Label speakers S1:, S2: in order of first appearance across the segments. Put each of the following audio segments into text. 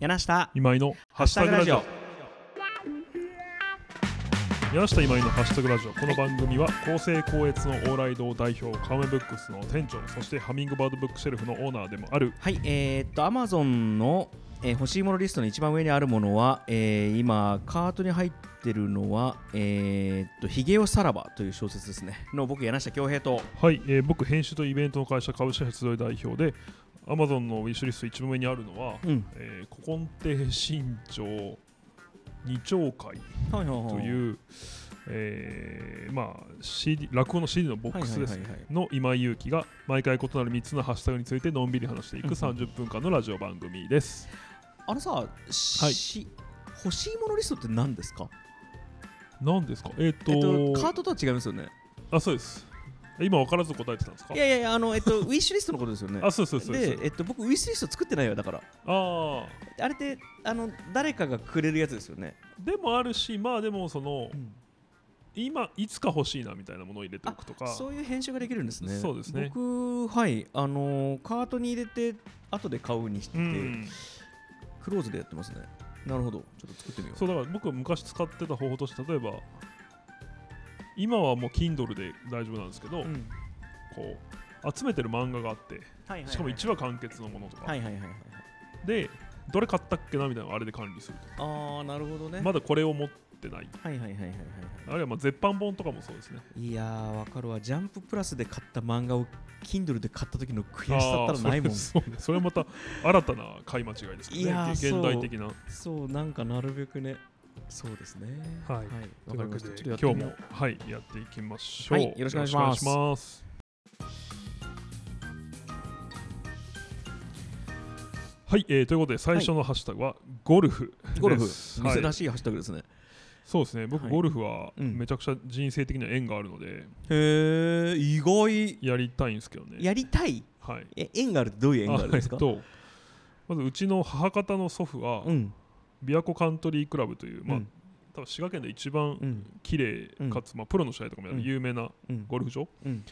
S1: 柳下
S2: 今井のハッシュタグラジオ
S1: ハッシュタグ
S2: 宮下今井のハッシュタグラジオこの番組は厚生高越の往来堂代表カウメブックスの店長そしてハミングバードブックシェルフのオーナーでもある
S1: はいえー、っと Amazon の、えー欲しいものリストの一番上にあるものは、えー今カートに入ってるのは「えー、っとひげをさらば」という小説ですねの僕柳下恭平と
S2: はい、えー僕編集とイベントの会社株式発動代表で Amazon のウィッシュリスト一番上にあるのは、
S1: うん
S2: えー、古今亭新潮二丁会
S1: はいはい
S2: という、えーまあ CD 落語の CD のボックスで
S1: は
S2: す
S1: いはいはい
S2: の今井祐希が毎回異なる3つのハッシュタグについてのんびり話していく30分間のラジオ番組です。
S1: あのさ、し欲しいものリストって何ですか
S2: 何ですか
S1: え
S2: えっ、
S1: っと
S2: と
S1: カートとは違いますよね
S2: あ、そうです。今分からず答えてたんですか
S1: いやいやいやあのえっとウィッシュリストのことですよね
S2: あ、そうそうそうです
S1: で、えっと、僕ウィッシュリスト作ってないよだから
S2: ああ。
S1: あれってあの誰かがくれるやつですよね、
S2: でもあるし、まあでもその、今、いつか欲しいなみたいなものを入れておくとか。
S1: そういう編集ができるんですね
S2: そうですね
S1: 僕はいあのカートに入れて後で買うにして、
S2: うん、
S1: クローズでやってますねなるほどちょっと作ってみよう
S2: そうだから僕は昔使ってた方法として例えば今はもう Kindle で大丈夫なんですけど、
S1: うん
S2: こう集めてる漫画があって
S1: はいはいはい
S2: しかも1話完結のものとか、
S1: はいはいはいはいはい
S2: でどれ買ったっけなみたいなのをあれで管理すると
S1: あーなるほどね、
S2: まだこれを持ってない
S1: はいはいはいはいはい
S2: あるいはまあ絶版本とかもそうですね
S1: いやーわかるわジャンププラスで買った漫画を Kindle で買った時の悔しさったらないもんそ
S2: あーそうですそうねそれまた新たな買い間違いですけど
S1: い
S2: ね
S1: やー
S2: 現
S1: そう
S2: 代的な
S1: うなんかなるべくねそうですね
S2: はい
S1: わかりました
S2: というわ
S1: ちょ
S2: け
S1: っと
S2: で
S1: やってみ
S2: 今日
S1: よう
S2: もはいやっていきましょう、
S1: はいよろしくお願いします
S2: よろくお願いしますはい、えーということで最初のハッシュタグはゴルフです、
S1: ゴルフ
S2: はい
S1: 店らしいハッシュタグですね、
S2: そうですね僕
S1: はい
S2: ゴルフは
S1: うん
S2: めちゃくちゃ人生的には縁があるので
S1: へえ意外
S2: やりたいんですけどね
S1: やりたい
S2: はい
S1: え縁があるってどういう縁があるんですか
S2: あえっとまずうちの母方の祖父は
S1: うん
S2: 琵琶湖カントリークラブというまあ
S1: うん
S2: 多分滋賀県で一番
S1: うん
S2: 綺麗かつまあプロの試合とかもやる
S1: うん
S2: 有名な
S1: うん
S2: ゴルフ場
S1: うん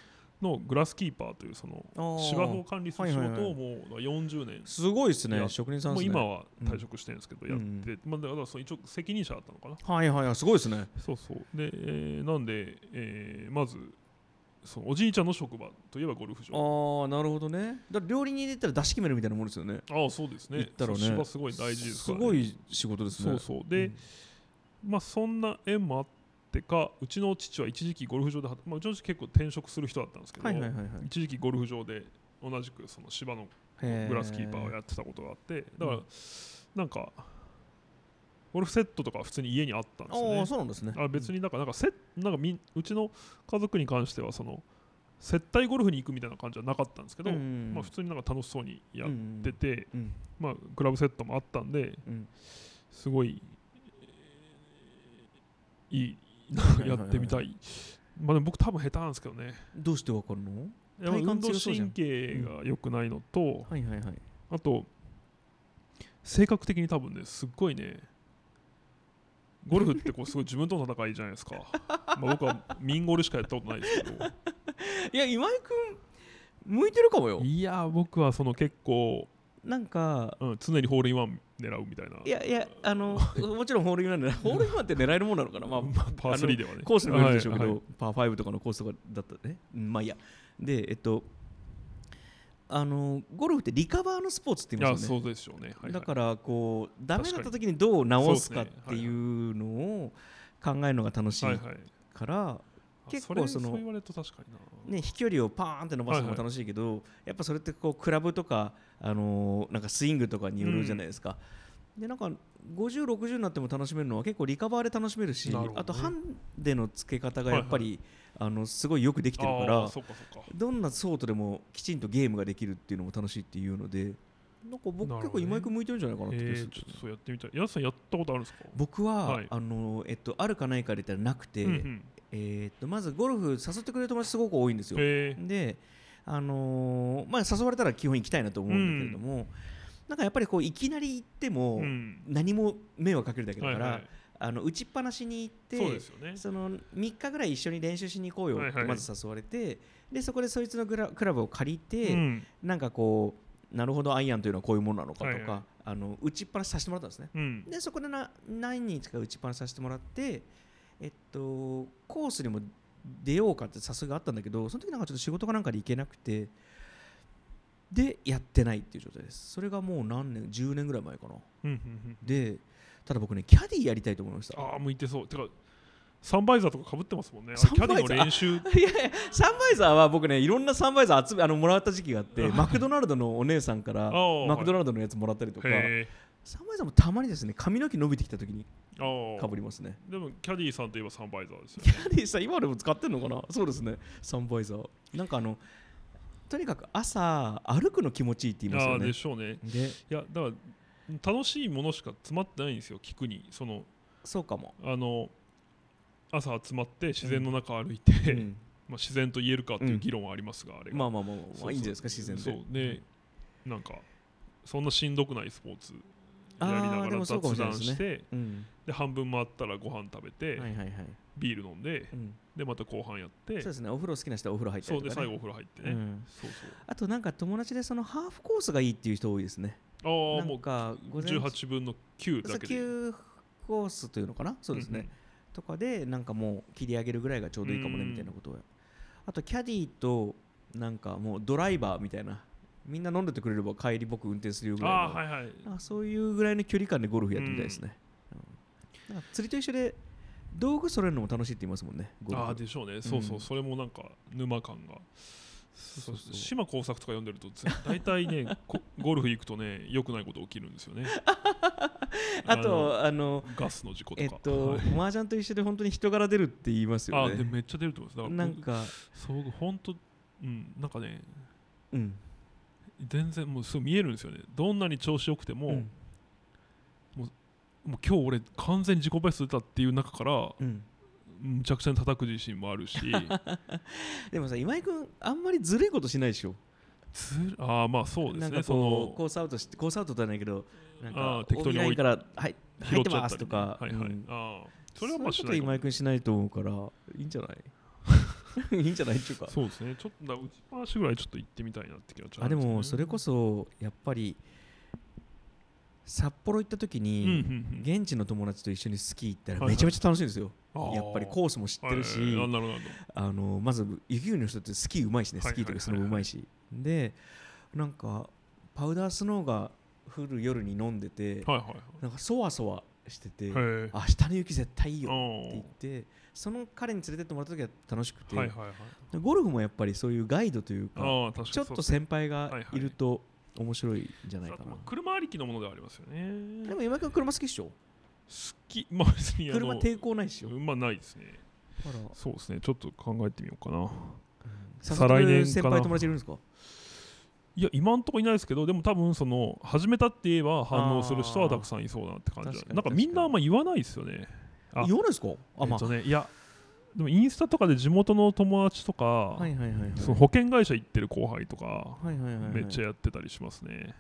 S2: のグラスキーパーというその
S1: あー
S2: 芝生を管理する仕
S1: はいはい
S2: 事
S1: は
S2: を
S1: い
S2: もう40年
S1: すごいです
S2: い
S1: ね
S2: や
S1: 職人さん
S2: も
S1: で
S2: う
S1: すね
S2: 今は退職してるんですけどや
S1: うん
S2: ってまあだからその一応責任者だったのかな
S1: はいはいはいすごいですね
S2: そうそうでえーなんでえーまずそのおじいちゃんの職場といえばゴルフ
S1: あ
S2: 場
S1: あなるほどねだから料理人で言ったら出し決めるみたいなもんですよね
S2: ああそうですね
S1: 言ったらね
S2: そう芝すごい大事です
S1: す
S2: からね
S1: ごい仕事です
S2: そ
S1: ね
S2: うそうで、まあそんな縁もあってかうちの父は一時期ゴルフ場で働、まあ、うちの父結構転職する人だったんですけど、
S1: はいはいはいはい
S2: 一時期ゴルフ場で同じくその芝の
S1: へ
S2: グラスキーパーをやってたことがあってだから、
S1: うん
S2: なんかゴルフセットとかは普通に家にあったんですよ
S1: あ
S2: ね
S1: あそうなんですね
S2: あ別になんかなんかセなんかみんうちの家族に関してはその接待ゴルフに行くみたいな感じはなかったんですけど、
S1: うん
S2: まあ、普通になんか楽しそうにやっ
S1: って
S2: て、
S1: うん
S2: まあ、クラブセットもあったんで
S1: うん
S2: すごい、えーいい
S1: いはい
S2: やってみたい,、まあでも僕多分下手なんですけどね
S1: どうしてわかるの
S2: やっぱ
S1: 体
S2: 運
S1: 幹
S2: 動
S1: 強そうじゃん
S2: 神経が良くないのと、
S1: はいはいはい
S2: あと性格的に多分ねすっごいねゴルフってこうすごい自分との戦いじゃない ですかまあ僕はミンゴルしかやったことないですけど
S1: いや今井君向いてるかもよ
S2: いや僕はその結構、
S1: なんか
S2: うん、常にホールインワン狙うみたいない
S1: やいやあの もちろんホールインワンでホールインワンって狙えるもんなのかなまあ
S2: パー3ではね
S1: コースにもよるでしょうけど、
S2: はいはい
S1: パー5とかのコースとかだったらね、うんまあいいやでえっとあのゴルフってリカバーのスポーツって
S2: い
S1: 言い
S2: や
S1: ますよね
S2: そうでしょうね、はいはい
S1: だからこうダメだった時にどう直すかっていうのを考えるのが楽し
S2: はい
S1: い
S2: はい
S1: から、
S2: あ
S1: 結構
S2: れ
S1: その
S2: そう言われると確かにな、
S1: ね、飛距離をパーンって伸ばすの
S2: は
S1: も
S2: いはい
S1: 楽しいけど、やっぱそれってこうクラブとか、あのーなんかスイングとかによるじゃないですか、でなんか50、60になっても楽しめるのは結構リカバーで楽しめるし
S2: なるほどね
S1: あとハンデの付け方がやっぱり、あのすごいよくできてるか
S2: あー
S1: ら
S2: そっかそっか
S1: どんなソートでもきちんとゲームができるっていうのも楽しいっていうのでなんか僕結
S2: なるほど
S1: 構
S2: ね
S1: 今井君向いてるんじゃないかなっ
S2: え
S1: て気がす
S2: ー、
S1: る、
S2: ちょっとそうやってみたいやすさんやったことあるんですか
S1: 僕は、
S2: はい
S1: あのーえっと、あるかないかで言ったらなくて、
S2: うんうん
S1: えーっとまずゴルフ誘ってくれる友達すごく多いんですよ。
S2: えー
S1: で、あのーまあ、誘われたら基本行きたいなと思うんだけれども、なんかやっぱりこういきなり行っても
S2: うん
S1: 何も迷惑かけるだけだから、
S2: はいはい
S1: あの打ちっぱなしに行って
S2: そうですよね
S1: その3日ぐらい一緒に練習しに行こうよ
S2: はい
S1: っ
S2: は
S1: て
S2: い
S1: まず誘われて、でそこでそいつのグラクラブを借りて、
S2: うん
S1: なんかこうなるほどアイアンというのはこういうものなのかとか、
S2: はいは
S1: あの打ちっぱなしさせてもらったんですね
S2: うん
S1: でそこでな何日か打ちっぱなしさせてもらってえっとコースにも出ようかって誘いがあったんだけどその時なんかちょっと仕事かなんかで行けなくてでやってないっていう状態ですそれがもう何年10年ぐらい前かな
S2: うんうんうん
S1: でただ僕ねキャディーやりたいと思いました
S2: ああ向いてそうてかサンバイザーとかかぶってますもんねあれキ
S1: サンバ
S2: ャ
S1: イザー
S2: ディの練習
S1: いやいやサンバイザーは僕ねいろんなサンバイザー集めあのもらった時期があ って
S2: うん
S1: マクドナルドのお姉さんから
S2: ああ
S1: マクドナルドのやつもらったりとか
S2: へえ
S1: サンバイザーもたまにですね髪の毛伸びてきた時に
S2: ああ
S1: かぶりますね
S2: でもキャディーさんといえばサンバイザーですよ
S1: キャディーさん今でも使ってんのかなそうですねサンバイザーなんかあのとにかく朝歩くの気持ちいいって言います
S2: あ
S1: よ
S2: あ
S1: ね
S2: でしょうね
S1: で
S2: いやだから楽しいものしか詰まってないんですよ聞くにその
S1: そうかも、
S2: あの朝集まって自然の中歩いて、
S1: うん
S2: まあ、自然と言えるかっていう議論はありますが、あれが
S1: まあまあまあまあ、
S2: そうそう
S1: いいんじゃないですか自然で
S2: そうでなんかそんなしんどくないスポーツやりな
S1: あ
S2: が
S1: ーで
S2: ら
S1: もそうかも
S2: 雑
S1: しれな
S2: 談
S1: いですね
S2: してで,、
S1: うん、
S2: 半分回ったらご飯食べて、
S1: はいはいはい、
S2: ビール飲んで
S1: うん、
S2: でまた後半やって
S1: そう
S2: そ
S1: で
S2: う,、
S1: すねお風呂好きな人はお風呂入ったりとか、
S2: で
S1: ね、
S2: 最後お風呂入ってね、
S1: うん
S2: そうそう
S1: あとなんか友達でそのハーフコースがいいっていう人多いですね。
S2: あ
S1: な
S2: あも
S1: ん
S2: う
S1: か午前中
S2: 18分の9だけで
S1: 9コースというのかなそうですね、
S2: んん
S1: とかでなんかもう切り上げるぐらいがちょうどいいかもね
S2: うん
S1: みたいなことをあとキャディーとなんかもうドライバーみたいなみんな飲んでてくれれば帰り僕運転するよぐらい
S2: ああ
S1: の
S2: はいはい
S1: なんかそういうぐらいの距離感でゴルフやってみたいですね、うんなんか釣りと一緒で道具揃えるのも楽しいって言いますもんねゴルフ
S2: ああでしょうねそうそう、
S1: うん
S2: それもなんか沼感が
S1: そうそう
S2: 島工作とか読んでるとず大体ね こゴルフ行くとね良くないこと起きるんですよね
S1: あとあの
S2: あのガスの事故とか
S1: えっと
S2: はい
S1: 麻雀と一緒で本当に人柄出るって言います
S2: あ
S1: よ
S2: あで
S1: ね
S2: めっちゃ出ると思いますだから
S1: なんか
S2: そう本当うんなんかね
S1: うん
S2: 全然もうすぐ見えるんですよねどんなに調子良くても、
S1: うん
S2: もう今日俺完全に自己ベスト出たっていう中から
S1: うん
S2: むちゃくちゃに叩く自信もあ るし
S1: でもさ今井君あんまりずるいことしないでしょ
S2: つああまあそうで
S1: な
S2: す
S1: ん
S2: ね
S1: か
S2: そ
S1: こ
S2: の
S1: うコースアウトしてコースアウトじゃないけどなん
S2: あ
S1: か
S2: ー適当
S1: 帯
S2: に
S1: ラインからはい入
S2: 拾っ
S1: って
S2: ちゃ
S1: ま
S2: った
S1: すと
S2: りね
S1: か、
S2: はいはい、
S1: うん
S2: ああそれはまあし
S1: そういうこと
S2: ないかも
S1: 今井君しないと思うからいいんじゃないいいん じゃないっていうか
S2: そうですね、ちょっとだ打ちっぱなしぐらいちょっと行ってみたいなって気がちゃ
S1: あでもそれこ
S2: そ、
S1: そやっぱり札幌行った時
S2: うんうん
S1: に、
S2: うん
S1: 現地の友達と一緒にスキー行った
S2: はいは
S1: らめ
S2: い
S1: ちゃめちゃ楽しいんですよ、
S2: あー
S1: やっぱりコースも知ってるし、
S2: はいはいはいなるほどなる
S1: あのまず雪国の人ってスキーうまいしね
S2: はい
S1: スキーとかスノボうまいし、でなんかパウダースノーが降る夜に飲んでて、
S2: ほどはいはい
S1: なんかそわそわしてて、
S2: はいへえ
S1: 明日の雪絶対いいよって言っ
S2: あ
S1: てその彼に連れてってもらった時は楽しくて、
S2: ーはいはいはい
S1: でゴルフもやっぱりそういうガイドという
S2: あ
S1: か
S2: ー確かに
S1: ちょっと先輩がいると面白いんじゃ
S2: そ
S1: な
S2: う
S1: い
S2: ですねあ
S1: か
S2: と
S1: な、
S2: まあ車ありきのものではありますよ
S1: で
S2: ね
S1: も今井君車好きっしょ
S2: 好きまあ別にあの
S1: 車抵抗ないっしょ、
S2: まあないですね
S1: あら
S2: そうですねちょっと考えてみようかな
S1: 早
S2: 再来年
S1: 速
S2: か
S1: 先
S2: な
S1: 輩友達いるんですか
S2: いや今んとこいないですけどでも多分その始めたって言えば反応する人はたくさんいそうだなって感じ
S1: あー確か
S2: は
S1: に
S2: なんかみんなあんま言わないですよねあ
S1: 言わないですかあま
S2: えっ
S1: あ、
S2: とねいやでもインスタとかで地元の友達とか、
S1: はいはいはいはい
S2: その保険会社行ってる後輩とか、
S1: はいはいはいはい、
S2: めっちゃやってたりしますね。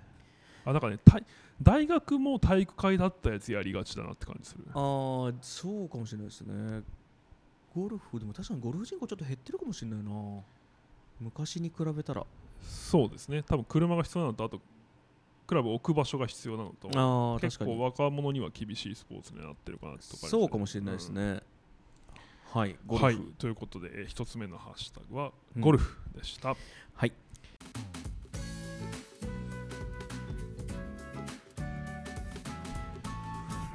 S2: あなんかね体大学も体育会だったやつやりがちだなって感じする。
S1: ああそうかもしれないですねゴルフでも確かにゴルフ人口ちょっと減ってるかもしれないな昔に比べたら
S2: そうですね、多分車が必要なのと、あとクラブ置く場所が必要なのと、
S1: ああ
S2: 結
S1: 確か
S2: 構
S1: に
S2: 若者には厳しいスポーツになってるかなってとこありますね
S1: そうかもしれないです。ね、はい
S2: うん
S1: ゴルフ、
S2: はい、ということで、えー一つ目のハッシュタグは
S1: うん
S2: ゴルフでした。
S1: はい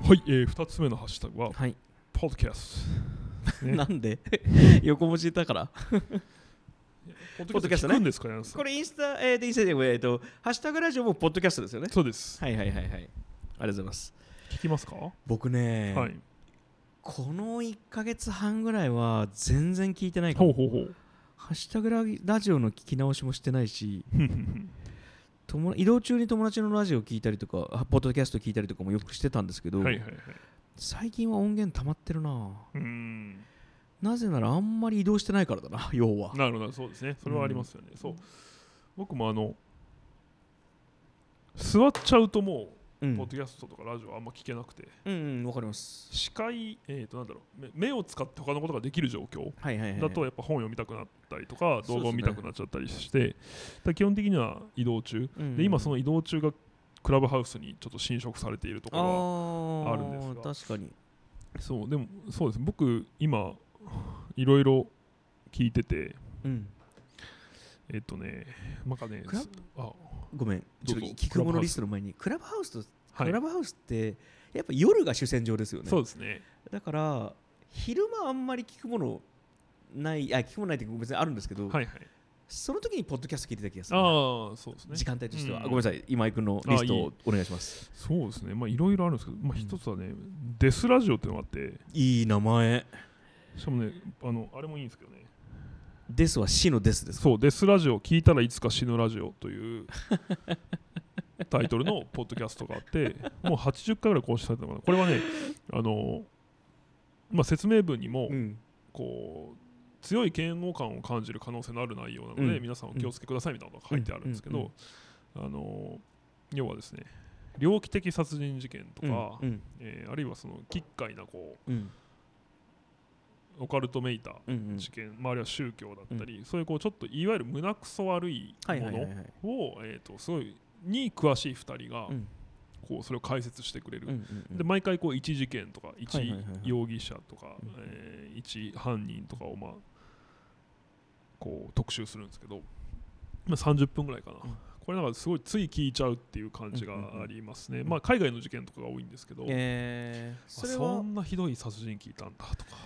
S2: はい、えー二つ目のハッシュタグは、
S1: はい
S2: ポッドキャスト。ね
S1: なんで 横文字だから
S2: ポ
S1: ド
S2: ッ
S1: キャスト
S2: 聞
S1: ね
S2: くんですか、ヤンさん
S1: これインスタえーでインスタでえっ、とハッシュタグラジオもポッドキャストですよね
S2: そうです。
S1: はいはいはいはいありがとうございます
S2: 聞きますか、
S1: 僕ね、
S2: はい。
S1: この1ヶ月半ぐらいは全然聞いてないか
S2: ほう
S1: も
S2: ほうほう。
S1: ハッシュタグラジオの聞き直しもしてないし
S2: ふんふんふん
S1: 友移動中に友達のラジオ聞いたりとかあポッドキャスト聞いたりとかもよくしてたんですけど、
S2: はいはいはい。
S1: 最近は音源溜まってるな
S2: うーん。
S1: なぜならあんまり移動してないからだな 要は
S2: なるほど、そうですね。それはありますよね。そう。僕もあの、座っちゃうとも
S1: う
S2: う、
S1: ん
S2: ポッドキャストとかラジオあんま聞けなくて、
S1: うんうんわかります
S2: 視界、えっ、と、なんだろう目、目を使って他のことができる状況
S1: はいはいはい
S2: だと、やっぱ本読みたくなったりとか、動画を見たくなっちゃったりして、だから基本的には移動中。
S1: うんうん
S2: で、今その移動中がクラブハウスにちょっと侵食されているとこ
S1: あー
S2: ろあるんです
S1: 確
S2: が
S1: かに
S2: がそうでもそうです僕今いろいろ聞いてて
S1: うん
S2: えっとねなんかね
S1: クラ
S2: すあ
S1: ごめんちょっと
S2: どうぞ
S1: 聞くものリストの前にクラブハウスと
S2: はい
S1: クラブハウスってやっぱ夜が主戦場ですよね
S2: そうですね
S1: だから昼間あんまり聞くものないあ聞くものないって別にあるんですけど、
S2: はいはい
S1: その時にポッドキャスト聞いてた気がするな
S2: ああそうですね
S1: 時間帯としては、
S2: うん
S1: あごめんなさい今井君のリストをお願いします
S2: そうですねまあいろいろあるんですけどまあ一つはねデスラジオっていうのがあって
S1: いい名前
S2: しかもねあのあれもいいんですけどね
S1: ですは死のですですか
S2: そう、デスラジオ、聞いたらいつか死ぬラジオという タイトルのポッドキャストがあって、もう80回ぐらい更新されたのかな。これはね、あのまあ、説明文にも、
S1: うん
S2: こう、強い嫌悪感を感じる可能性のある内容なので、
S1: うん
S2: 皆さんお気をつけくださいみたいなのが書いてあるんですけど、
S1: うんうん
S2: あの要はですね、猟奇的殺人事件とか、
S1: うん
S2: えーあるいはその奇怪なこ
S1: うん
S2: うオカルトめいた
S1: うんうん
S2: 事件、まあ、あるいは宗教だったり、そういうこうちょっといわゆる胸くそ悪いも
S1: はいはいはい
S2: の
S1: はい
S2: を、えー、とすごいに詳しい2人が
S1: うん
S2: こうそれを解説してくれる、
S1: うんうんうん
S2: で毎回こう1事件とか
S1: はいはい
S2: 1
S1: はいはい
S2: 容疑者とか、
S1: うんうん
S2: えー1犯人とかを、まあ、こう特集するんですけど、まあ、30分ぐらいかな、
S1: うん
S2: これなんかすごいつい聞いちゃうっていう感じがあります
S1: う
S2: ね、
S1: んうんうん
S2: まあ、海外の事件とかが多いんですけど、あ
S1: えー、そ
S2: そ
S1: れは
S2: んなひどい殺人聞いたんだとか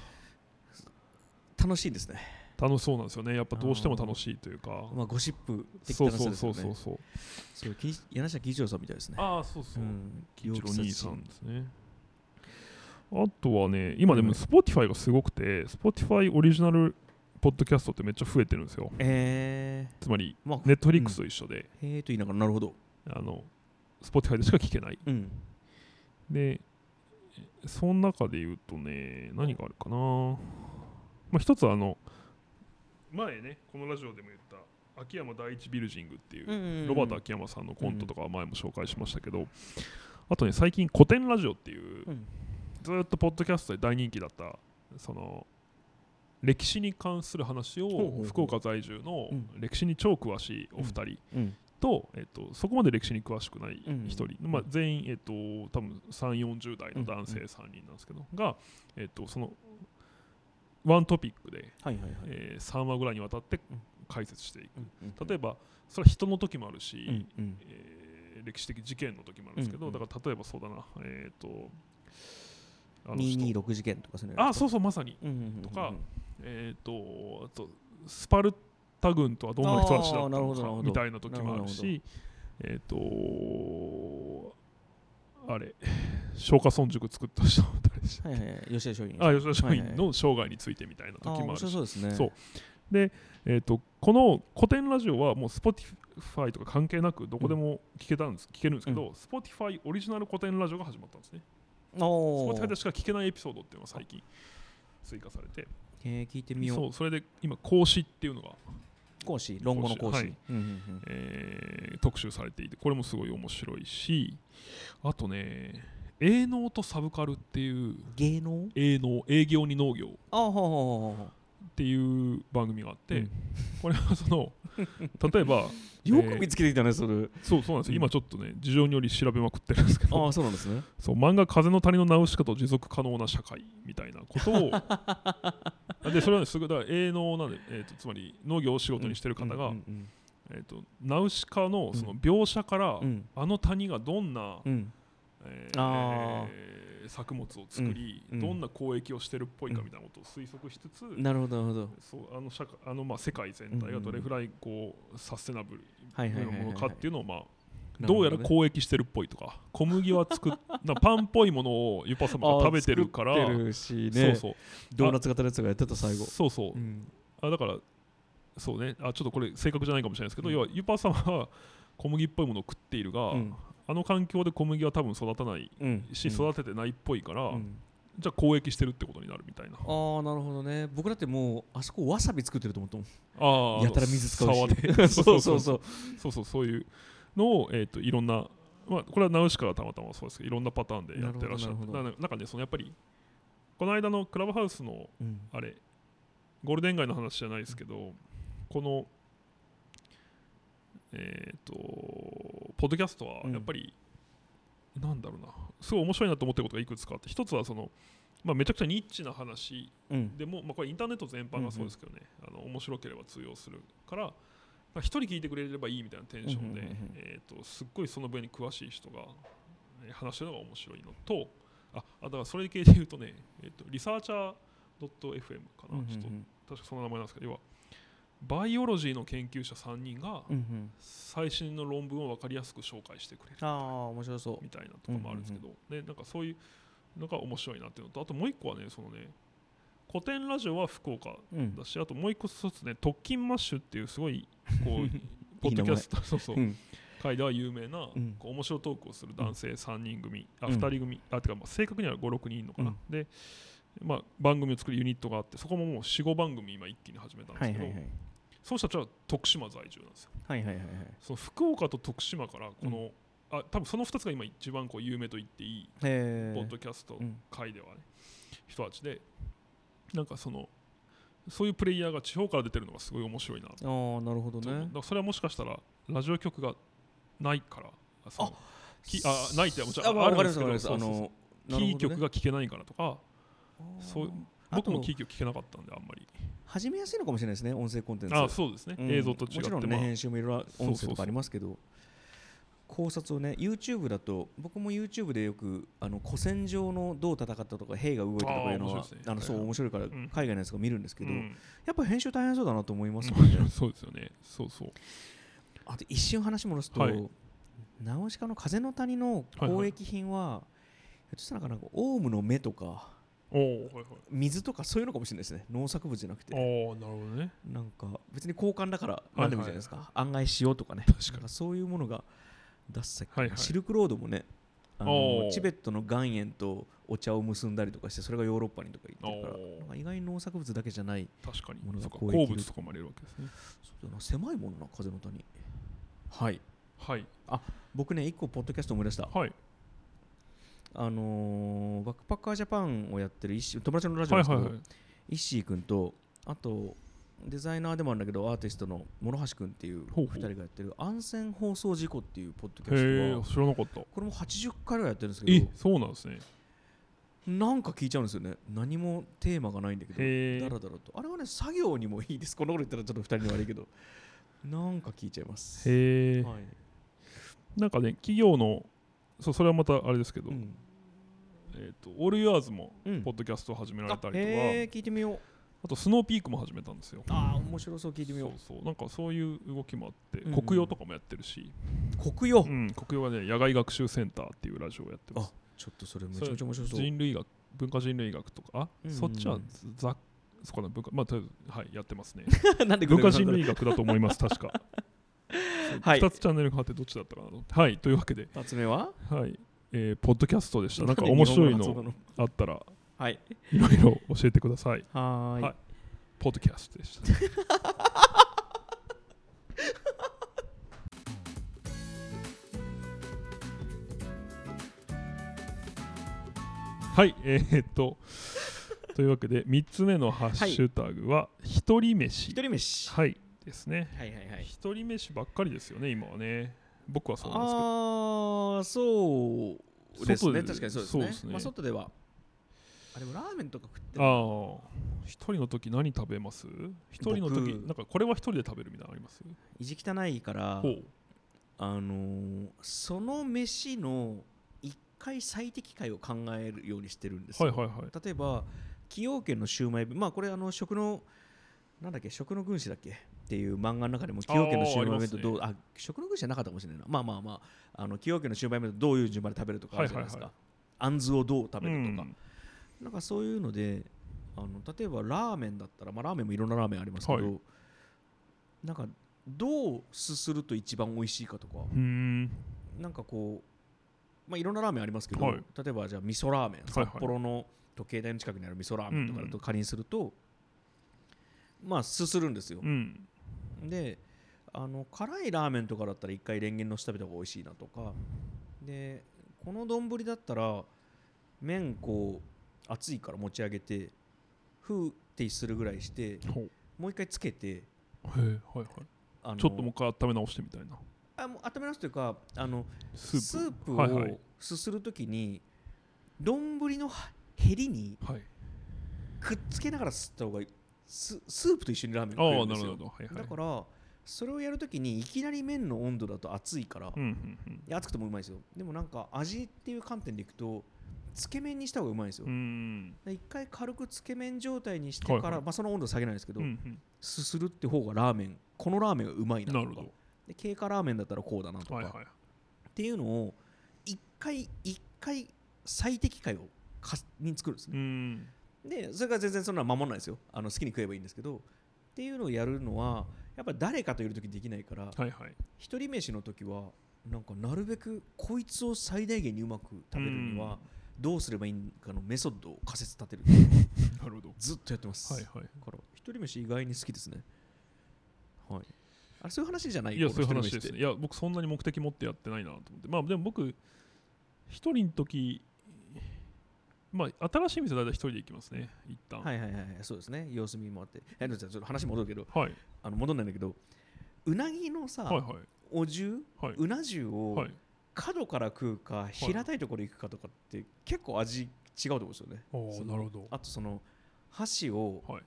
S1: 楽しいんですね、
S2: 楽しそうなんですよねやっぱどうしても楽しいというか。
S1: まあ、ゴシップ的
S2: そ
S1: な
S2: う
S1: 話です
S2: そ
S1: よ
S2: う
S1: ね
S2: そうそうそう。
S1: そうき柳下喜一郎さんみたいですね
S2: ああ、そうそうう。
S1: ん
S2: キチロ
S1: 猟
S2: 兄
S1: 奇
S2: さ
S1: 殺
S2: ん
S1: 人
S2: ですね。あとはね、今で
S1: う
S2: も
S1: ん
S2: Spotify がすごくて、Spotify オリジナルポッドキャストってめっちゃ増えてるんですよ。
S1: え
S2: つま
S1: ー、
S2: り、
S1: まあ
S2: Netflix と一緒で、
S1: えーと言いながらなるほど
S2: あの、Spotify でしか聞けない。
S1: うん
S2: で、その中で言うとね、何があるかな。まあ、一つはあの、前ね、このラジオでも言った、秋山第一ビルジングっていう、ロバート秋山さんのコントとかは前も紹介しましたけど、あとね最近古典ラジオっていう
S1: うん
S2: ずーっとポッドキャストで大人気だったその歴史に関する話
S1: ほうほうほ
S2: を
S1: う
S2: 福岡在住の
S1: うん
S2: 歴史に超詳しいお二人
S1: うん
S2: と、えっと、そこまで歴史に詳しくない
S1: うん
S2: 一人、まあ、全員、えっと、多分3 4 0代の男性3人なんですけど、が、えっと、そのワントピックで、
S1: はいはいはい、
S2: えー3話ぐらいにわたって解説していく
S1: うんうん
S2: 例えばそれは人の時もあるし、
S1: うんうん
S2: えー歴史的事件の時もあるんですけど、
S1: うんうん
S2: だから例えばそうだな、えー、とあの人
S1: 226事件とかそういうのや
S2: あ
S1: つ
S2: そうそうまさに、
S1: うんうんうんうん
S2: とかえー、とあとスパルタ軍とはどんな人たちだった
S1: あーなるほどなる
S2: の
S1: ほど
S2: かみたいな時もある
S1: な
S2: しえっ、とあれ松下村塾作った人もいたりして
S1: はいはいはい吉田松陰
S2: あ吉田松陰
S1: はいはい
S2: の生涯についてみたいな
S1: あー
S2: 時もあ
S1: 面
S2: るし
S1: 白そうですね
S2: そうで、えー、とこの古典ラジオはもう Spotify とか関係なくどこでも聞けたんです、聞けるんですけど、Spotify オリジナル古典ラジオが始まったんですね。
S1: お
S2: Spotify で
S1: ー
S2: しか聞けないエピソードっていうのが最近追加されて、
S1: えー聞いてみよう
S2: そうそれで今講師っていうのが、
S1: 講師論語の講師、
S2: 講師はい
S1: うんうん
S2: えー特集されていてこれもすごい面白いしあとね営農とサブカルっていう
S1: うん、芸能
S2: 営農営業に農業っ
S1: あほうほうほうほう
S2: ていう番組があって、
S1: うん
S2: これは その例えば
S1: よく見つけてきたねそれ、
S2: そうそうなんですよ、
S1: うん
S2: 今ちょっとね事情により調べまくってるんですけ
S1: あ
S2: ど
S1: あそうなんですね
S2: そう漫画「風の谷のナウシカと持続可能な社会」みたいなこ とをあでそれはねすぐだから営農なんで、えー、とつまり農業を仕事にしてる方が、
S1: うんうん
S2: えー、とナウシカのその描写から、
S1: うんうん
S2: あの谷がどんな、
S1: うん
S2: え
S1: あ
S2: ー作物を作り、
S1: うんうん
S2: どんな交易をしてるっぽいかみたいなことを推測しつつ、
S1: なるほどなるほど
S2: そうあの社会あのまあ世界全体がどれぐらいこうサステナブル
S1: はいはい
S2: な
S1: はいはい
S2: ものかっていうのをまあ
S1: なる
S2: ど
S1: ほ
S2: う
S1: ね
S2: やら交易してるっぽいとか小麦は 作っなパンっぽいものをユパ様が食べてるから
S1: あー作ってるし
S2: そう
S1: ね
S2: そう
S1: ドーナツ型のやつがやってた最後
S2: そうそう、
S1: うん
S2: あだからそうねあちょっとこれ正確じゃないかもしれないですけど、
S1: うん
S2: 要はユパ様は小麦っぽいものを食っているが、
S1: うん
S2: あの環境で小麦は多分育たない
S1: うん
S2: し、
S1: うん
S2: 育ててないっぽいから、
S1: うん
S2: じゃあ交易してるってことになるみたいな
S1: ああなるほどね僕だってもうあそこわさび作ってると思ったもん
S2: ああ
S1: やたら水使うし
S2: 沢 で
S1: そうそうそうう
S2: そうそうそういうのを、えー、といろんな、まあ、これはナウシカがたまたまそうですけどいろんなパターンでやってらっしゃ
S1: な
S2: る
S1: るほどな
S2: な
S1: る
S2: なんかねそのやっぱりこの間のクラブハウスの
S1: うん
S2: あれゴールデン街の話じゃないですけどこのえっ、とポッドキャストは
S1: うん
S2: やっぱりなんだろうなすごい面白いなと思ってることがいくつかあって一つはその、まあ、めちゃくちゃニッチな話
S1: うん
S2: でも、まあ、これインターネット全般がそうですけどね、あの面白ければ通用するからまあ一人聞いてくれればいいみたいなテンションで、
S1: うんうんうんうん
S2: えー、とすっごいその分野に詳しい人がえー話してるのが面白いのとああだからそれ系で言うとね、えー、とリサーチャー .fm かな、
S1: うんうんうん
S2: ちょっと確かその名前なんですけど要はバイオロジーの研究者3人が
S1: うんうん
S2: 最新の論文を分かりやすく紹介してくれる
S1: ああ面白そう
S2: みたいなとかもあるんですけど、でなんかそういうのが面白いなっていうのとあともう一個はねそのね古典ラジオは福岡
S1: うん
S2: だしあともう一個一つね「特勤マッシュ」っていうす ごいこうポッドキャストそうそう
S1: うん
S2: 界では有名な、
S1: うん
S2: こう面白いトークをする男性3人組、あ
S1: うん
S2: 2人組あてかまあ正確には56人いるのかな、
S1: うん
S2: で、まあ、番組を作るユニットがあってそこももう45番組今一気に始めたんで
S1: は
S2: す
S1: い
S2: けど、
S1: はいはい
S2: その人たちは徳島在住なんですよ
S1: はいはいはいはい
S2: その福岡と徳島からこの、あ多分その2つが今一番こう有名と言っていい
S1: へ
S2: ポッ
S1: ー
S2: ドキャスト
S1: うん
S2: 界ではね、人たちでなんかそのそういうプレイヤーが地方から出てるのがすごい面白いなと
S1: ああなるほど
S2: 思うだ
S1: ね
S2: からそれはもしかしたらラジオ局がないからあそのきあないってもちろん
S1: あまあ
S2: あ
S1: わ
S2: る
S1: かり
S2: んで
S1: ますす
S2: け
S1: わ
S2: ど
S1: かります
S2: そ
S1: あの
S2: うそうそうキー曲
S1: が
S2: が聴けないからとかそう僕もキ
S1: 聞
S2: ー曲聴けなかったんであんまり
S1: 始めやすいのかもしれないですね音声コンテンツ
S2: あそうですね、
S1: うん
S2: 映像と違って
S1: もちろんね、
S2: まあ
S1: 編集もいろいろ音
S2: そうそ
S1: 声
S2: う
S1: と
S2: そ
S1: か
S2: う
S1: ありますけど考察をね YouTube だと僕も YouTube でよくあの古戦場のどう戦ったとか兵が動いたとかいうの
S2: あー面
S1: は
S2: 白いですね
S1: あのそう
S2: はい
S1: 面白いから
S2: ん
S1: 海外のやつが見るんですけど、
S2: うん
S1: やっぱ編集大変そうだなと思いますも んね、
S2: そうですよねそ うそう
S1: あと一瞬話戻すと、
S2: はい
S1: ナウシカの風の谷の交易品は、ひょっとしたらなんかオウムの目とか
S2: おおはいはい
S1: 水とかそういうのかもしれないですね農作物じゃなくて
S2: ああなるほどね
S1: なんか別に交換だから何でもいいじゃないですか、案外塩とかね
S2: 確かに
S1: なんそういうものが出す先、
S2: はいはい
S1: シルクロードもねあ
S2: お
S1: の
S2: ー
S1: チベットの岩塩とお茶を結んだりとかしてそれがヨーロッパにとか行ってるか
S2: お
S1: ら
S2: ー
S1: なんか意外に農作物だけじゃない
S2: 確かに
S1: ものが
S2: そうか
S1: こう生
S2: 鉱
S1: き
S2: 物
S1: る
S2: とかもありえるわけですね
S1: そうだな狭いものな風の谷はい
S2: はい
S1: 僕ね一個ポッドキャスト思い出した
S2: はい
S1: あのーバックパッカージャパンをやってる石友達のラジオで
S2: はい
S1: すけ
S2: はい
S1: ど、
S2: はい
S1: イッシー君とあとデザイナーでもあるんだけどアーティストの諸橋君っていう
S2: ほう
S1: 二
S2: ほう
S1: 人がやってる安全放送事故っていうポッドキャ
S2: へ
S1: スト
S2: え
S1: は
S2: 知らなかった
S1: これも80回ぐらいやってるんですけ
S2: え
S1: ど
S2: そうなんですね
S1: なんか聞いちゃうんですよね何もテーマがないんだけど
S2: へえ
S1: だらだらとあれはね作業にもいいですこの頃言ったらちょっと2人に悪いけどなんか聞いちゃいます
S2: へえ
S1: はい
S2: なんかね企業のそうそれはまたあれですけど、
S1: うん
S2: えっ、とオールユアーズも
S1: うん
S2: ポッドキャストを始められ
S1: あ
S2: たりとか、
S1: へえ聞いてみよう
S2: あとスノーピークも始めたんですよ
S1: ああ面白そう聞いてみ
S2: そ
S1: よ
S2: うそうなんかそういう動きもあって、
S1: うんうん
S2: 国用とかもやってるし、
S1: う国用
S2: うん、国用はね野外学習センターっていうラジオをやってま
S1: あ
S2: す
S1: ちょっとそれめちゃめちゃ面白そう
S2: 人類学文化人類学とかあ、
S1: うんうん
S2: そっちはざそうかな文化まあとりあえずはいやってま すね
S1: なんでグダ
S2: 文
S1: グ
S2: 化
S1: ダなんだろう
S2: 人類学だと思います 確か
S1: はい
S2: 2つチャンネルがあってどっちだったかなと。はい、というわけで、
S1: 二つ目は
S2: はいえーポッドキャストでした。なんか面 白い
S1: なんで日本語発音な
S2: のあったら、
S1: はい。
S2: いろいろ教えてください。
S1: はーい。
S2: はいポッドキャスト でした。はい、えーっと、というわけで、3つ目のハッシュタグは、一人飯。
S1: 一人飯。
S2: はい、ですね。
S1: はいはいはい。
S2: 一人飯ばっかりですよね、今はね。僕はそうなんですけど。
S1: ああ、そうです
S2: 外
S1: ね。
S2: で
S1: 確かにそうですね。
S2: そうですね
S1: まあ、外では。あ、でもラーメンとか食ってる。
S2: ああ一人の時何食べます一人の時
S1: 僕
S2: なんかこれは一人で食べるみたいなのあります
S1: 意地汚いから
S2: ほ、う
S1: あのーその飯の一回最適解を考えるようにしてるんです
S2: はい
S1: よ。
S2: はいはい
S1: 例えば、崎陽軒のシウマイ弁、まあ、これ、あの、食の、なんだっけ、食の軍師だっけっていう漫画の中でも、崎陽軒のシウマイ弁とどう、あ,、食の軍師じゃなかったかもしれないな。まあまあまあ、あの、崎陽軒のシウマイ弁とどういう順番で食べるとかあるじゃないですか。
S2: はい
S1: あんずをどう食べ
S2: う
S1: るとか、
S2: ん
S1: なんかそういうので、あの例えばラーメンだったら、まあ、ラーメンもいろんなラーメンありますけど、
S2: は
S1: なんかどうすすると一番美味しいかとか、
S2: うーん
S1: なんかこう、まあ、いろんなラーメンありますけど、
S2: はい
S1: 例えばじゃあ味噌ラーメン
S2: はいはい
S1: 札幌の時計台の近くにある味噌ラーメンとかだ
S2: うんう
S1: と仮にすると、まあすするんですよ
S2: う、ん
S1: であの辛いラーメンとかだったら一回レンゲの下食べた方が美味しいなとかでこの丼だったら麺こう熱いから持ち上げてふーってするぐらいして
S2: ほう
S1: もう一回つけて
S2: へえはいはい
S1: あの
S2: ちょっともう一回温め直してみたいな
S1: あもう温め直すというかあの
S2: ス
S1: スー
S2: ープ
S1: プ
S2: はいはい
S1: をすするときに丼のへりに
S2: はい
S1: くっつけながらすった方がいいススープと一緒にラーメンが食
S2: あ
S1: える
S2: あ
S1: んで
S2: なる
S1: す
S2: ほ
S1: よ
S2: どはいはい
S1: だからそれをやるときにいきなり麺の温度だと熱いから、
S2: うんうんうん
S1: 熱くてもうまいですよでもなんか味っていう観点でいくとつけ麺にした方がうまいんですよ、
S2: うーん
S1: で一回軽くつけ麺状態にして
S2: はい
S1: か
S2: はい
S1: ら、まあ、その温度は下げないですけど、
S2: うんうん
S1: すするって方がラーメンこのラーメンがうまいなと
S2: な
S1: か
S2: るほ
S1: で経過ラーメンだったらこうだなとか、
S2: どはいはい
S1: っていうのを一回一回最適解をかに作るんです
S2: うー
S1: ね、
S2: ん
S1: でそれから全然そんなのは守らないですよあの好きに食えばいいんですけどっていうのをやるのはやっぱ誰かといる時できないから、
S2: はいはい
S1: 一人飯の時はなんかなるべくこいつを最大限にうまく食べるに
S2: うん
S1: はどうすればいいのかのメソッドを仮説立てる
S2: なるほど
S1: ずっとやってます、
S2: はいはい
S1: だから一人飯意外に好きですねはいあれそういう話じゃない
S2: いや
S1: こ
S2: そうい
S1: の
S2: う
S1: 一人
S2: 話
S1: 飯
S2: で
S1: って
S2: すねいや僕そんなに目的持ってやってないなと思ってまあでも僕一人の時まあ新しい店は大体一人で行きますね一旦
S1: はいはいはいはいそうですね様子見もあってえでもちょっと話戻るけど
S2: はい
S1: あの戻んないんだけどうなぎのさ、
S2: はいはい
S1: お重
S2: はいう
S1: な重
S2: は
S1: を
S2: い
S1: 角から食うか平たいところ行くかとかって結構味違うところですよね
S2: お
S1: そ
S2: ー
S1: の
S2: なるほど
S1: あとその箸を
S2: はい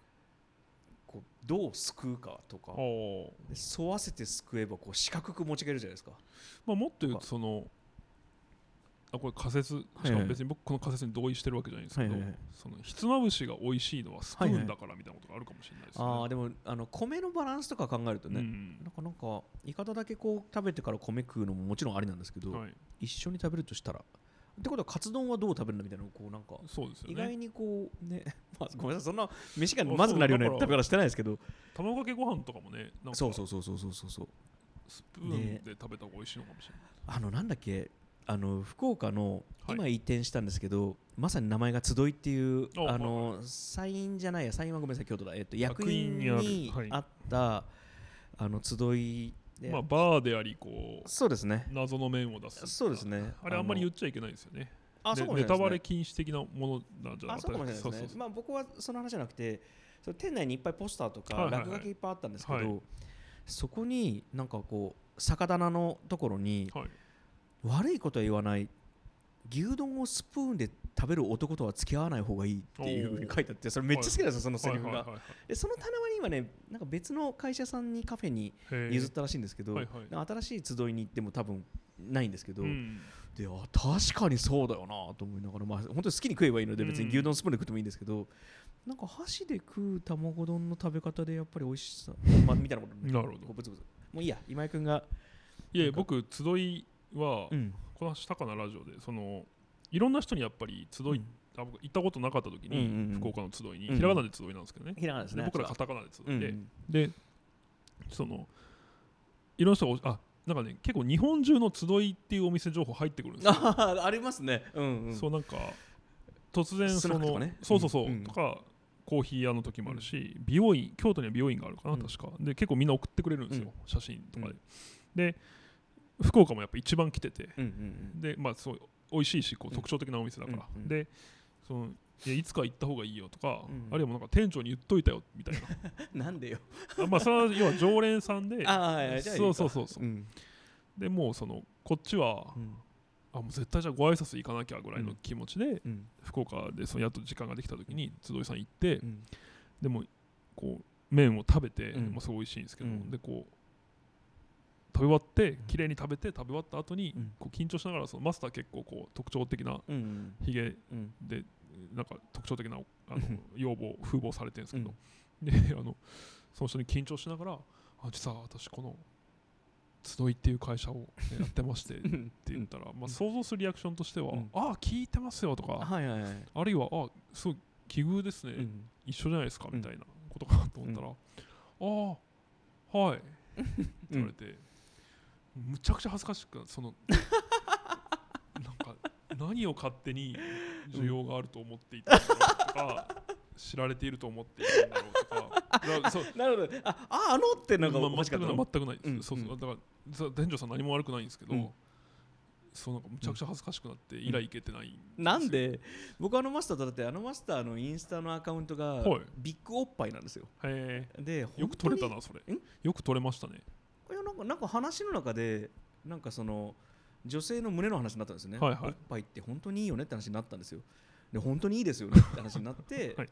S1: こうどうすくうかとか
S2: おー
S1: で沿わせてすくえばこう四角く持ち上げるじゃないですか
S2: まあもっと言うとそのあこれ仮説
S1: はい
S2: しかも別に僕この仮説に同意してるわけじゃないんですけど
S1: はいはいはい
S2: そのひつまぶしが美味しいのはスプーンだからみたいなことがあるかもしれないですね
S1: あーでもあの米のバランスとか考えるとね、
S2: うん
S1: なんかなんかイカダだけこう食べてから米食うのももちろんありなんですけど、
S2: はい
S1: 一緒に食べるとしたらってことはカツ丼はどう食べるのみたいなのをこうなんか
S2: そうです
S1: 意
S2: よね
S1: 外にこうね まあごめんなさいそんな飯が
S2: あそう
S1: まずくなるような
S2: だから
S1: 食べ方してないですけど
S2: 卵かけご飯とかもねなんか
S1: そうそうそうそうそうそうそう
S2: スプーンで食べた方が美味しいのかもしれない
S1: あのなんだっけあの福岡の
S2: はい
S1: 今移転したんですけど、まさに名前が集いっていう
S2: あ
S1: あの山院じゃないや山院はごめんなさい京都だ、えっと、役員
S2: 役員に
S1: に
S2: あるはい
S1: あった、あの集いで、
S2: まあバーでありこう
S1: そうですね
S2: 謎の面を出す
S1: そうですね
S2: あれあんまり言
S1: の
S2: っちゃいけないですよね
S1: あ
S2: で
S1: そうかもしれ
S2: ネ
S1: ないで
S2: タ
S1: す
S2: バ
S1: ね
S2: レ禁止的なものなんじゃな
S1: あ
S2: かっ
S1: そう
S2: た
S1: かもしれないですね
S2: そうそう
S1: まあ、僕はその話じゃなくてその店内にいっぱいポスターとか
S2: はいはいはい
S1: 落書きいっぱいあったんですけど、
S2: はい
S1: そこになんかこう酒棚のところに
S2: そうはい
S1: 悪いことは言わない牛丼をスプーンで食べる男とは付き合わない方がいいっていうふうに書いてあってそれめっちゃ好きなんですよそのセリフ
S2: はいはい
S1: が
S2: はいはい
S1: でその棚割り今ねなんか別の会社さんにカフェに
S2: へえ
S1: 譲ったらしいんですけど、
S2: はいはい
S1: なんか新しい集いに行っても多分ないんですけど、
S2: うん
S1: であ確かにそうだよなと思いながら、まあ、本当に好きに食えばいいので
S2: うん
S1: 別に牛丼スプーンで食ってもいいんですけど、なんか箸で食う卵丼の食べ方でやっぱり美味しさ、まあ、みたいなことね
S2: なるほ
S1: こう
S2: ど
S1: ブツブツもういいや今井君が、
S2: いやいや僕集いは
S1: うん
S2: この話したかなラジオでそのいろんな人にやっぱり集いあ僕行ったことなかった時
S1: うんうんう
S2: に
S1: ん
S2: 福岡の集いに
S1: うん
S2: ひらがなで集いなんですけどね
S1: ひらがなです
S2: で
S1: ね
S2: 僕ら
S1: あ
S2: カ
S1: っ
S2: タカナで集
S1: ちは
S2: いうで
S1: ん
S2: でそのいろんな人がおあなんかね結構日本中の集いっていうお店情報入ってくるんですよ
S1: あありますねうんうん
S2: そうなんか突然そ
S1: スナックと
S2: の、
S1: かね
S2: そうそうそう、
S1: うんうん
S2: とかコーヒー屋の時もあるし、美容院京都には美容院があるかな、
S1: うん
S2: 確かで結構みんな送ってくれるんですよ、
S1: うん
S2: 写真とかで、
S1: うん
S2: で福岡もやっぱ一番来てて
S1: うんうん
S2: でまあそう美味しいしこ
S1: うん
S2: う特徴的なお店だから、
S1: うんうん
S2: でそのいやいつか行った方がいいよとか、
S1: うん
S2: あるいはもうなんか店長に言っといたよみたい
S1: うんなんでよ
S2: なあまあそれは要は常連さんで
S1: ああじゃあいいか
S2: そうそうそうそう
S1: うん
S2: でもうそのこっちは、
S1: うん
S2: あもう絶対じゃあご挨拶行かなきゃぐらいの気持ちで、
S1: うん
S2: 福岡でそのやっと時間ができた時に集いさん行って、
S1: うん
S2: でもこう麺を食べて、
S1: うん
S2: まあ、すごい美味しいんですけど、
S1: うん
S2: でこう食べ終わって綺麗に食べて食べ終わった後に、
S1: うん
S2: こう緊張しながらそのマスター結構こう特徴的な
S1: うん
S2: ひげ
S1: うん
S2: でなんか特徴的なあ
S1: う
S2: の
S1: ん
S2: 要望風貌されてるんですけど、であのその人に緊張しながらあ実は私この集いっていう会社をねやってましてって
S1: うん
S2: 言ったら、まあ、想像するリアクションとしては、
S1: うん
S2: ああ聞いてますよとか、
S1: はいはいはい
S2: あるいは、あすごい奇遇ですね、
S1: うん
S2: 一緒じゃないですか
S1: うん
S2: みたいなことかなと思ったら、ああ、はいって言われて、むちゃくちゃ恥ずかしくな そのなんか何を勝手に需要があると思っていたんだろうとか、知られていると思っているんだろうとかだからそう
S1: なるほどあああのって なんか
S2: まあ
S1: 欲しか
S2: 全
S1: っ
S2: く
S1: た
S2: ない
S1: の
S2: 全くないです、
S1: うん
S2: そうそううだからそう店長さん何も悪くないんですけど、
S1: うん
S2: そうなんかむちゃくちゃ恥ずかしくなって、イライけてないんですよ
S1: なんで僕あのマスターとだってあのマスターのインスタのアカウントが
S2: はい
S1: ビッグおっぱいなんですよ
S2: へえ
S1: で
S2: よく取れた
S1: 本
S2: なそれ
S1: ん
S2: よく取れましたね
S1: 当にいやななんかなんか話の中でなんかその女性の胸の話になったんですよね、
S2: はいはい
S1: おっぱいって本当にいいよねって話になったんですよで本当にいい ですよねって話になって、
S2: はい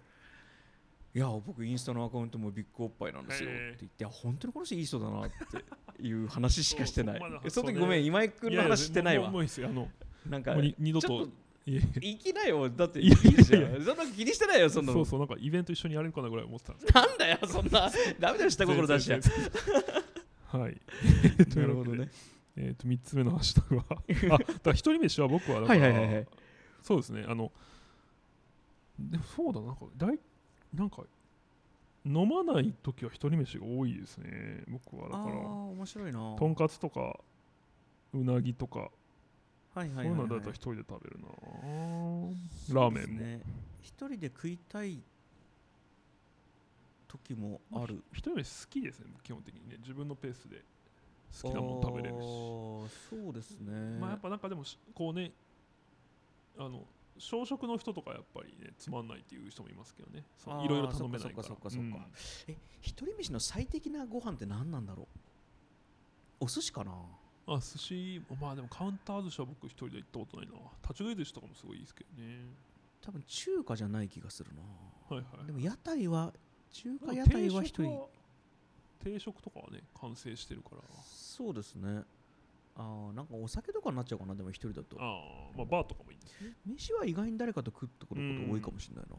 S1: い、や僕インスタのアカウントもビッグおっぱいなんですよっ
S2: へ
S1: て
S2: え
S1: 言っていや本当にこの人いい人だなっていう話しかしてない
S2: そうそこまで
S1: えその時ごめん今井君の話してない
S2: やや
S1: わ
S2: もうもうもういいですよ。あの、
S1: なんか
S2: もうに二度と
S1: ちょっ
S2: いえ
S1: 行きなよだってい
S2: い
S1: い
S2: や
S1: じ
S2: いや
S1: ゃんそんな気にしてないよそんな
S2: そ
S1: の
S2: うそう、なんかイベント一緒にやれるかなぐらい思ってたんで す
S1: なんだよそんなダメだよ下心出しちゃ
S2: 全然けど。はい。と
S1: な
S2: いう
S1: る
S2: わ
S1: ほど
S2: けで
S1: ね
S2: えっと、3つ目のハッシュタグ は。あ、だから一人飯は僕はだか
S1: は
S2: ら、
S1: いはいはいはい
S2: そうですね、あの、でもそうだな、なんか、だいなんか、飲まないときは一人飯が多いですね、僕は。だ
S1: ああー
S2: か
S1: 面白いな
S2: ら、とんかつとか、うなぎとか、
S1: はい
S2: そ
S1: は
S2: う
S1: い
S2: いう
S1: はい
S2: の
S1: は
S2: はいだいたい一人で食べるな。ラーメンも。
S1: ね一人で食いたい時もある
S2: 一人飯好きですね、基本的にね、自分のペースで好きなもの食べれる
S1: あ
S2: し。
S1: ーそうですね
S2: まあやっぱなんかでもしこうねあの小食の人とかやっぱりねつまんないっていう人もいますけどねそう
S1: あー
S2: いろいろ頼めないから
S1: そっかそっかそっかそっか
S2: うん
S1: え一人飯の最適なご飯って何なんだろうお寿司かな
S2: あ寿司まあでもカウンター寿司は僕一人で行ったことないな立ち食い寿司とかもすごいいいですけどね
S1: 多分中華じゃない気がするな
S2: はいはい
S1: でも屋台は中華
S2: で
S1: 屋
S2: も
S1: 台は一
S2: 定食
S1: 人
S2: は定食とかはね完成してるから
S1: そうですねああなんかお酒とかになっちゃうかなでも一人だと
S2: ああまあバーとかもいいですね
S1: 飯は意外に誰かと食ってくること多いかもしれないな、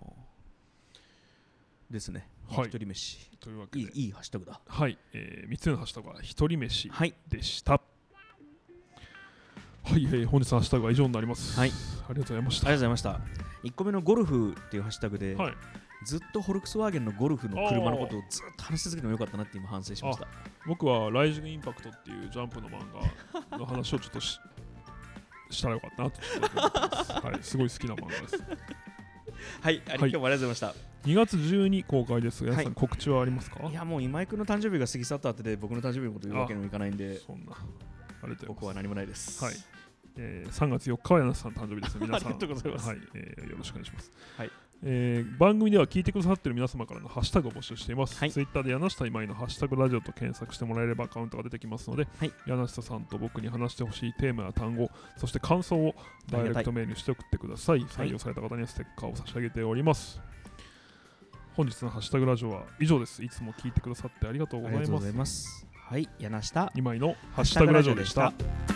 S1: ですね、
S2: はい
S1: 一人飯
S2: というわけ
S1: い
S2: で
S1: いいいハッシュタグだ
S2: はい、えー、3つ目のハッシュタグは一人飯
S1: はい
S2: でしたはい、えー本日のハッシュタグは以上になります
S1: はい
S2: ありがとうございまし
S1: あ
S2: た
S1: りがとうございました1個目のゴルフっていうハッシュタグで、
S2: はい
S1: ずっとホルクスワーゲンのゴルフの車のことをずっと話し続けてもよかったなって今反省しました
S2: 僕は「ライジングインパクト」っていうジャンプの漫画の話をちょっとししたらよかったなとちょっと思ってます、はい、すごい好きな漫画です
S1: はい、あれ
S2: はい
S1: 今日もありがとうございまし
S2: 2月12公開ですが皆
S1: は
S2: さん
S1: い
S2: 告知はありますか、
S1: た、い、やもう今井君の誕生日が過ぎ去った後で僕の誕生日のこと言うわけにもいかないんで
S2: そんなありがとうございます
S1: 僕は何もないです
S2: はいえー3月4日は柳瀬さん誕生日ですね。皆さん
S1: ありがとうございます
S2: はいえーよろしくお願いします、
S1: はい
S2: えー番組では聞いてくださっている皆様からのハッシュタグを募集しています。
S1: はい
S2: ツイッターで柳下今井のハッシュタグラジオと検索してもらえればアカウントが出てきますので、
S1: はい
S2: 柳下さんと僕に話してほしいテーマや単語、そして感想をダイレクトメールにして送ってください。
S1: い
S2: 採用された方にはステッカーを差し上げております。本日のハッシュタグラジオは以上です。いつも聞いてくださってありがとう
S1: あ
S2: ご
S1: りが
S2: ざい
S1: とうご
S2: ま
S1: ざい。
S2: す
S1: ますはい柳下
S2: 今井のハッシュタグラジオでした。
S1: ハッシュタグラジオでした